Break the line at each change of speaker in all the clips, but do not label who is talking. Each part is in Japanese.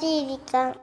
しい時間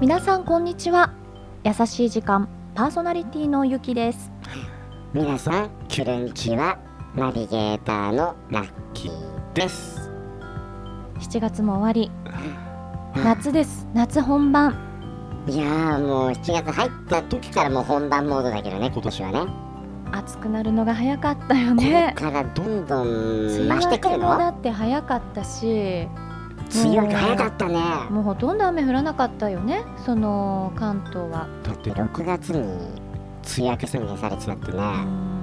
皆さんこんにちは優しい時間パーソナリティのゆきです
皆さんこんにちはナビゲーターのラッキーです
7月も終わり夏です夏本番
いやーもう7月入った時からもう本番モードだけどね今年はね
暑くなるのが早かったよ
これ
ね
からどんどん
梅
増
雨
して
明
く
け
る
もだ
の
って早かったし
梅雨明け早かったね
もうほとんど雨降らなかったよねその関東は
だって6月に梅雨明け宣言されちゃってね
う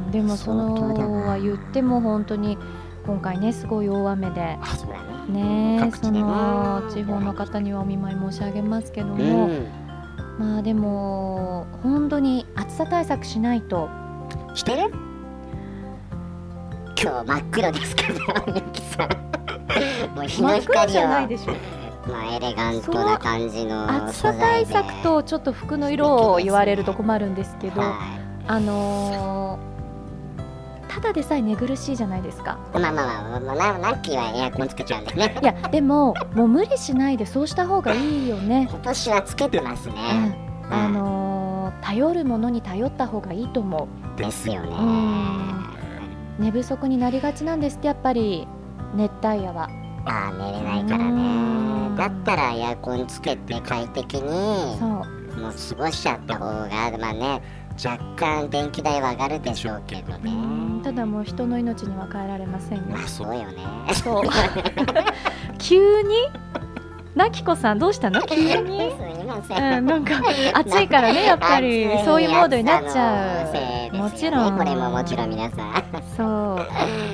んでもそ
相当だ
の
な
は言っても本当に今回ねすごい大雨で
あそうだね
ね
各地
そ
でね
の地方の方にはお見舞い申し上げますけど
う
も、
ん
まあでも本当に暑さ対策しないと
してる今日真っ黒ですけどゆきさんもう日の光を
しょ
まあエレガントな感じの
暑
素
さ
材
対
で
策とちょっと服の色を言われると困るんですけど、
はい
あのーただでさえ寝苦しいじゃないですか
まあまあまあ、まあ、なラッキーはエアコンつけちゃうんでね。
いやでももう無理しないでそうした方がいいよね、
今年はつけてます
う
ね。
ん、あのー頼るものに頼った方がいいと思
ですよね。
う、うん、寝不足になりがちなんですってやっぱり熱帯夜は
ああ、寝れないから
うん
ね。だったらエアコンつけて快適にも
そう
う過ごしちゃった方が、まあね、若干電気代は上がるでしょうけど
うん
ね。
ただもう人の命には変えられませんよ
まあそうよね。
そう 急になきこさんどうした の急に
すいませ。
うんんなんか暑いからねやっぱり
暑い
そういうモードになっちゃ
暑さのせいうですよね
もちろん
これももちろん皆さん。
そ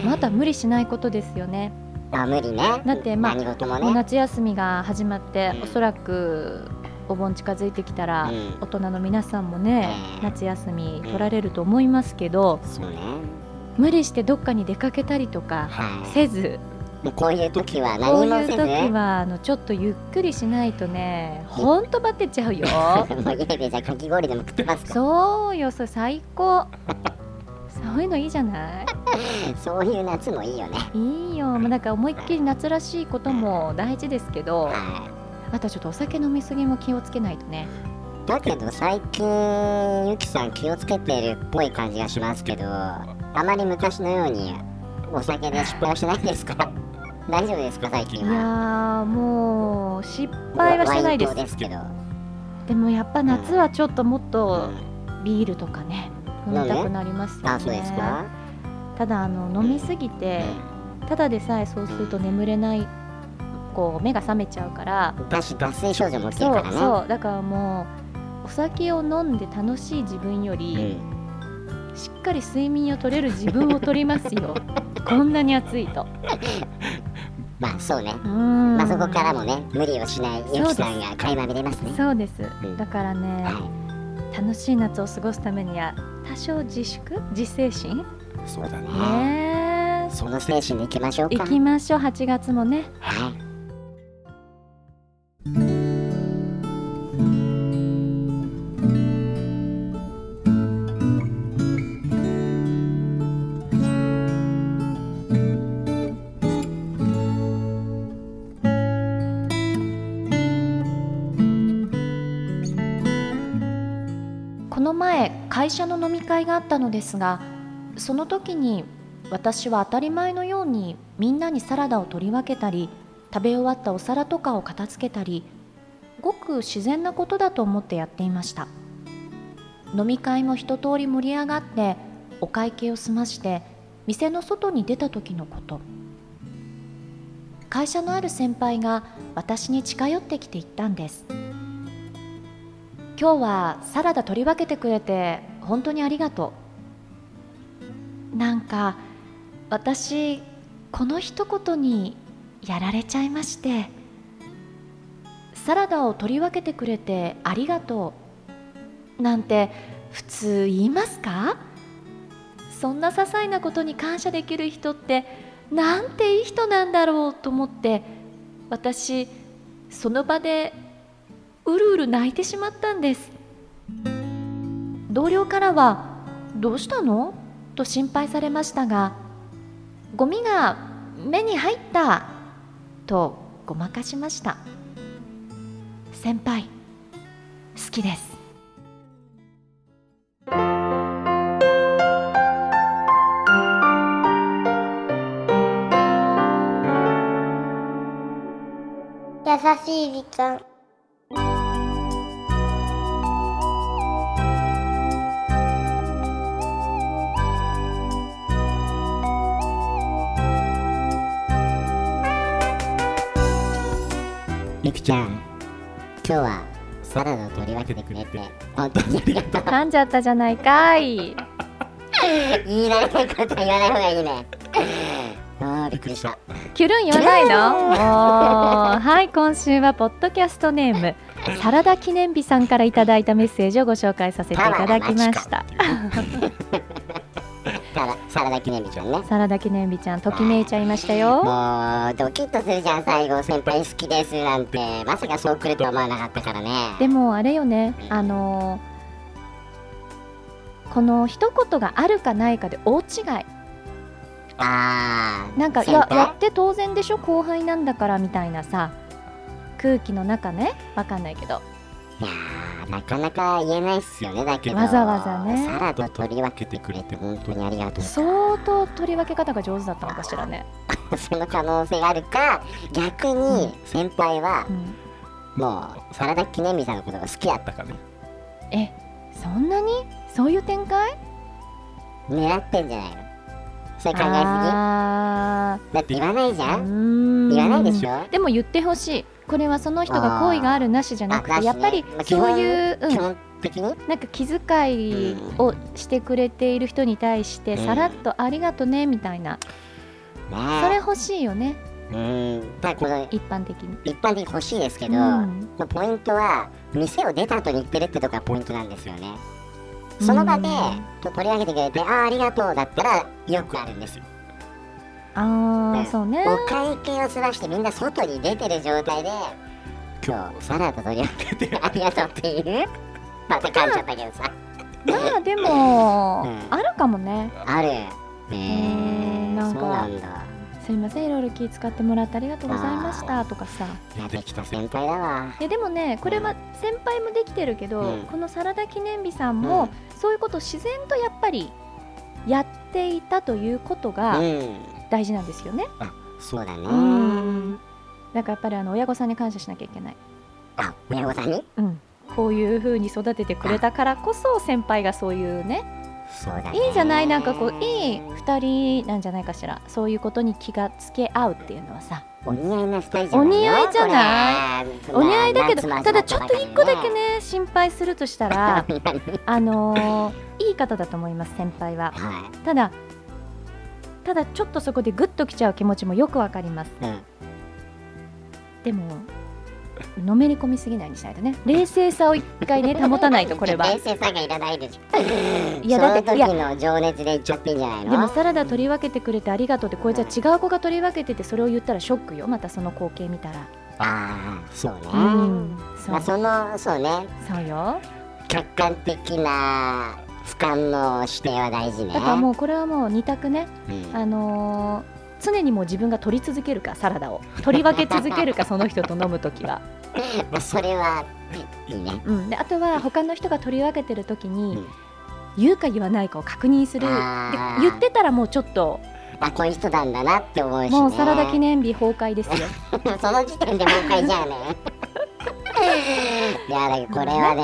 うまた無理しないことですよね
あ、無理ね。
だってまあ
何事も
お
ね。
夏休みが始まって
うん
おそらくお盆近づいてきた
う
ら
ん。
大人の皆さんもね
うん
夏休み取られると思いますけど
そうね。
無理してどっかに出かけたりとか
はい。
せず
もうこういう時
こ
は
う
何も
いう
せず
時はあのちょっとゆっくりしないとねほんとバテちゃうよ
もう家でじゃあかき氷でも食ってますか
そうよそれ最高そういうのいいじゃない
そういう夏もいいよね
いいよもうなんか思いっきり夏らしいことも大事ですけど
は
あとはちょっとお酒飲みすぎも気をつけないとね
いだけど最近ゆきさん気をつけてるっぽい感じがしますけどあまり昔のようにお酒で失敗はしないですか大丈夫ですか最
い
近
や
は
ーもう失敗はしてないで
ワ
す
イン糖ですけど
でもやっぱ夏はちょっともっと
うん
ビールとかね飲みたくなりますよ
あそうです
ね
か
ただあの飲みすぎてただでさえそうすると眠れないこう目が覚めちゃうから
だし脱水症状も起きる
そ
か
う
らね
そうだからもうお酒を飲んで楽しい自分よ
う
り、
ん
しっかり睡眠を取れる自分を取ります よこんなに暑いと
まあそうね
うん
まあそこからもね無理をしないゆきさんが垣間見れますね
そうです
ん
だからね、
は
楽しい夏を過ごすためには多少自粛自制心
いそうだ
ね
ねその精神でいきましょう
行
か
きましょう8月もね
はい
この前会社の飲み会があったのですがその時に私は当たり前のようにみんなにサラダを取り分けたり食べ終わったお皿とかを片付けたりごく自然なことだと思ってやっていました飲み会も一通り盛り上がってお会計を済まして店の外に出た時のこと会社のある先輩が私に近寄ってきて言ったんです今日はサラダ取り分けてくれて本当にありがとうなんか私この一言にやられちゃいましてサラダを取り分けてくれてありがとうなんて普通言いますかそんな些細なことに感謝できる人ってなんていい人なんだろうと思って私その場でうるうる泣いてしまったんです同僚からは「どうしたの?」と心配されましたが「ゴミが目に入った」とごまかしました先輩好きです
優しい時間
ゆきちゃん今日はサラダを取り分けてくれて本当にありがとう
噛んじゃったじゃないかい
言いられないことは言わない方がいいねあーびっくりした
キュルン言わないのもうはい今週はポッドキャストネームサラダ記念日さんからいただいたメッセージをご紹介させていただきました
サラサラダ記念日ちゃんね
サラダ記念日ちゃんときめいちゃいましたよ
もうドキッとするじゃん最後先輩好きですなんてまさかそう来るとは思わなかったからね
でもあれよねあのこの一言があるかないかで大違い
あー
なんかい
先
や
輩
やって当然でしょ後輩なんだからみたいなさ空気の中ねわかんないけど
いやーなかなか言えないっすよねだけど
わざわざね
サラダ取り分けてくれて本当にありがとう
相当取り分け方が上手だったのかしらね、
その可能性があるか逆に先輩は
うん、
もうサラダ記念日さんのことが好きだったかね
えそんなにそういう展開
狙ってんじゃないのそれ考えすぎだ
あ
って言わないじ
ー
ゃん
うーん
言わないでしょ
でも言ってほしいこれはその人が好意があるなしじゃなく
あーあ
てやっぱり
なしねま
そ
あ基本
ういう、う
基
ん、
本的に
なんか気遣いをしてくれている人に対して
うん
さらっと「ありがとね」みたいなそれ
ね
欲しいよね
えうんただこの
一般的に。
一般的に欲しいですけ
う
ど、
ん
このポイントは店を出た後に言ってるってとこがポイントなんですよねその場
う
で
ん
と取り上げてくれてあーありがとうだったらよくあるんですよ
あ
う
あ
ん
そうね
お会計を済ましてみんな外に出てる状態で今日サラダ取り上げてありがとうっていうまた噛んじゃったけどさ
まあでも
うん
あるかもね
ある
うん
ねえ
な
そ
ん
う
か
なんだ
「すいませんいろいろ気遣ってもらってありがとうございました」とかさ
いやできた先輩だわ
いやでもねこれは先輩もできてるけど、
うん
このサラダ記念日さんも、
うん
そういうことを自然とやっぱりやっていたということ
う
が
ん
大事なんですよね。
そうだね
うんなんかやっぱりあの親御さんに感謝しなきゃいけない、
あ親御さんに
うん、こういう風に育ててくれたからこそ先輩がそういうね
そうだね
いいじゃないなんかこういい2人なんじゃないかしらそういうことに気が付け合うっていうのはさ
お似合いな二人じゃない
お似合いじゃない
これ
お似合いだけど
まあ
ただちょっと1個だけ
ね
ね心配するとした らあのーいい方だと思います先輩は。
は
ただただちょっとそこでグッときちゃう気持ちもよくわかります
い、うん、
でものめり込みすぎないようにしないとね冷静さを一回 ね保たないとこれは
冷静さがいらないでしょ
いやだって
そ
い
の
や
時の情熱でいっちゃっていいんじゃない
で
の
もサラダ取り分けてくれてありがとうってこれじゃあ違う子が取り分けててそれを言ったらショックよまたその光景見たら
ああそうね、
うんそ
まあ、
うそ
そのそうね
うよ
客観的な俯瞰の視点は大事ね
だからもうこれはもう二択ね
うん
あのー常にもう自分が取り続けるかサラ ダを取り分け続けるかその人と飲む時は、
まあそれはいいね
うん、であとは他の人が取り分けてる時に、
うん
言うか言わないかを確認するで
あー
言ってたらもうちょっと
あこういう人なんだなって思うし、ね、
もうサラダ記念日崩壊ですよ
その時点で崩壊じゃあねいやだけどこれはね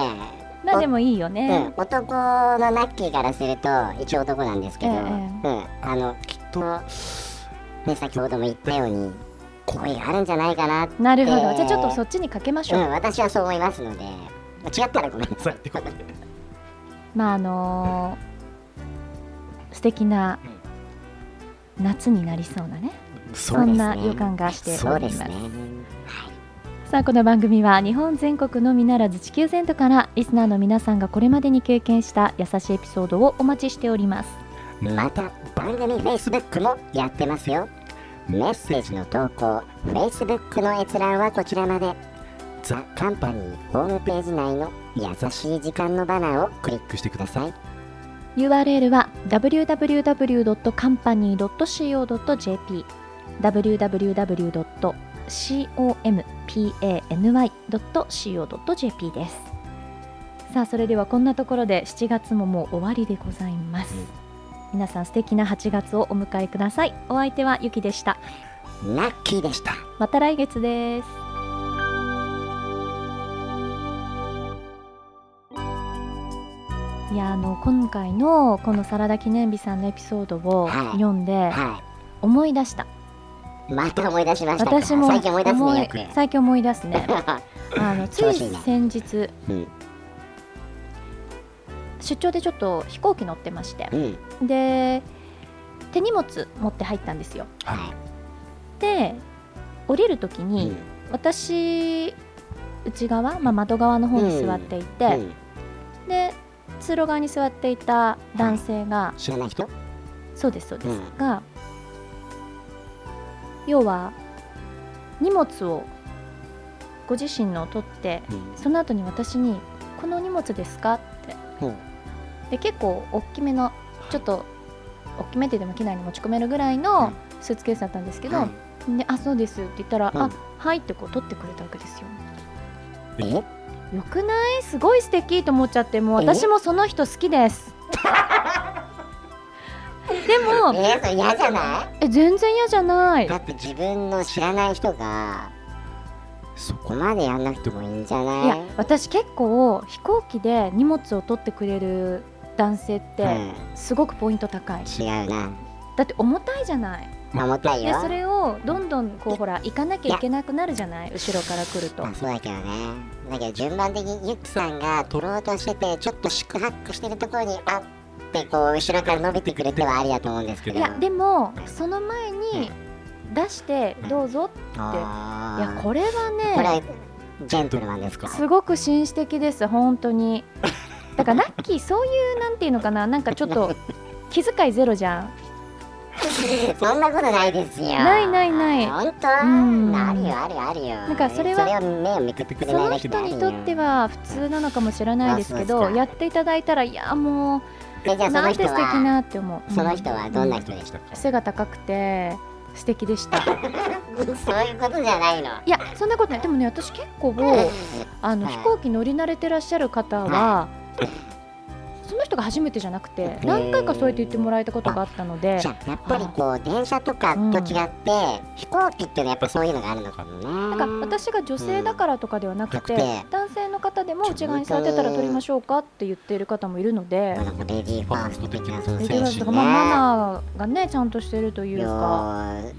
まあでもいいよ
うん
ね、、
男のラッキーからすると一応男なんですけど、
ええ
うん、あのきっと、ね、先ほども言ったように恋があるんじゃないかなって、
なるほど、
ええ
じゃあちょっとそっちにかけまし
う
ょう、
ん、私はそう思いますので違ったらごめんなさいってことで
まああのー素敵な夏になりそうなね
そ
そんな予感がして
そ
お
う
り
で
ます
すね
さあこの番組は日本全国のみならず地球全土からリスナーの皆さんがこれまでに経験した優しいエピソードをお待ちしております
また番組 Facebook もやってますよメッセージの投稿 Facebook の閲覧はこちらまで
ザ・
カンパニーホームページ内の優しい時間のバナーをクリッ
クしてくだ
クくだ
さ
さ
い
い。
URL は www.company.co.jp www.company.co.jp ですさあそれではこんなところで7月ももう終わりでございます皆さん素敵な8月をお迎えくださいお相手はゆきでした
ラッキーでした。
また来月ですいやあの今回のこのサラダ記念日さんのエピソードを
はい
読んで
は
思い出した、
い。また思い出しましたか。
私も
最近思い出す
思
ね
い
よく。
最近思い出す ねあのつ
調
い
子いいね
先日
うん
出張でちょっと飛行機乗ってまして
うん
で手荷物持って入ったんですよ
は
で降りるとき
い。
に、
うん
私内側、まあ、窓側の方に座っていて、
うん
で通路側に座っていた男性が、
知らない人？
そうですそうです、
うん
が要は荷物をご自身のを取って
うん
その後に私に「この荷物ですか?」って
うん
で結構大きめのちょっと大きめって言っても機内に持ち込めるぐらいの
い
スーツケースだったんですけど、
はい
であそうですって言ったら「
うん
あはい」ってこう取ってくれたわけですよ。
え？
よくないすごい素敵と思っちゃってもう私もその人好きです でも
えー、それ嫌じゃな
え全然嫌じゃない
い？だって自分の知らない人がそこまでやんなくてもいいんじゃないい？
や私結構飛行機で荷物を取ってくれる男性っ
う
て
ん
すごくポイント高い
違うな。
だって重たいじゃない
守たい
で
よ。
それをどんどんこうほら行かなきゃいけなくなるじゃない後ろから来ると
まあそうだけどね。だけど順番的にユキさんが取ろうとしてて、ちょっと四苦八苦してるところに、あってこう、後ろから伸びてくれてはありだと思うんですけど。
いやでもその前に出してどうぞ
あ
い
ー
やこれはね
これはジェントルマンですか
すごく紳士的です、本当に。だからラッキー、そういうなんていうのかな、なんかちょっ と気遣いゼロじゃん。
そんなことないですよ。
ないないない
本当
うん
あるよあるよあるよ。なん
かそれは
目を向けてくれ
そ
ない
の
だけで
人にとっては普通なのかもしれないですけ
あそ
ど、
うですか
やっていただいたら、いや、もう、
あるよ。でじゃあそ
な
の
んて
人
素敵
は、
なって思う。
その人はどんな人でした
たか
背が高くて素敵で した。
そういうことじゃないの。
いや、そんなことない。でもね、私結構あの
はい
飛行機乗り慣れてらっしゃる方は、その人が初めてじゃなくて、
ー
何回かそうやって言ってもらえたことがあったので
じ、ゃあやっぱりこう電車とかと違って、飛行機っていうのはやっぱそういうのがあるのかもね。
なんか私が女性だからとかではなくて、
うんなくて
男性の方でも内側に座ってたら撮りましょうかって言っている方もいるので、
なんかレディーファースト的なその
レ
精
ディーファースト
神ね
とか、。まあ、マナーがねちゃんとしてるというか
いや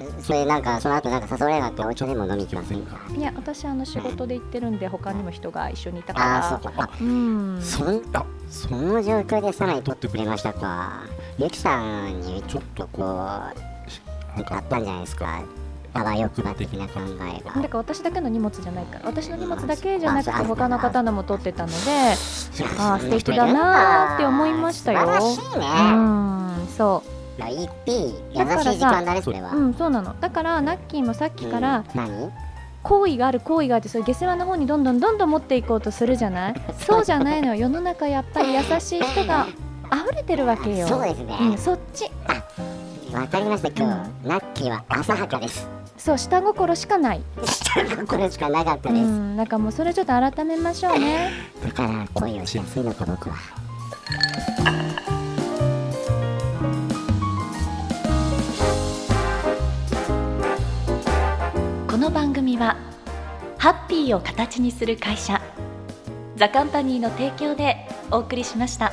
ーそれなんかその後なんか誘われなくてお茶でも飲み行きませんか。
いや私あの仕事で行ってるんで他にも人が一緒にいたか
ああ
ら
そうか。あ
うん
そんあその状況でさらに取ってくれましたか。ゆきさんにちょっとこうなんかあったんじゃないですか。あわよくば的な考えが。
だから私だけの荷物じゃないから私の荷物だけじゃなくて
あそう
他の方のも取ってたのであ
あ
あ素敵だなーって思いましたよ
素晴らしいね。
うんそ
いやいいいい優
だからさ
しい時間だねそれは。
ううんそうなのだからナッキーもさっきから
何
好意がある好意があってそれ下世話の方にどんどんどんどん持っていこうとするじゃ ないそうじゃないのよ世の中やっぱり優しい人が溢れてるわけよ
そうですね
うん、そっち
わかりました今日、ラッキーは浅はかです
そう下心しかない、
下がこれしかなかった
う
です、
ん、なんかもうそれちょっと改めましょうね
だから恋をしやすいのか僕は
この番組はハッピーを形にする会社ザカンパニーの提供でお送りしました。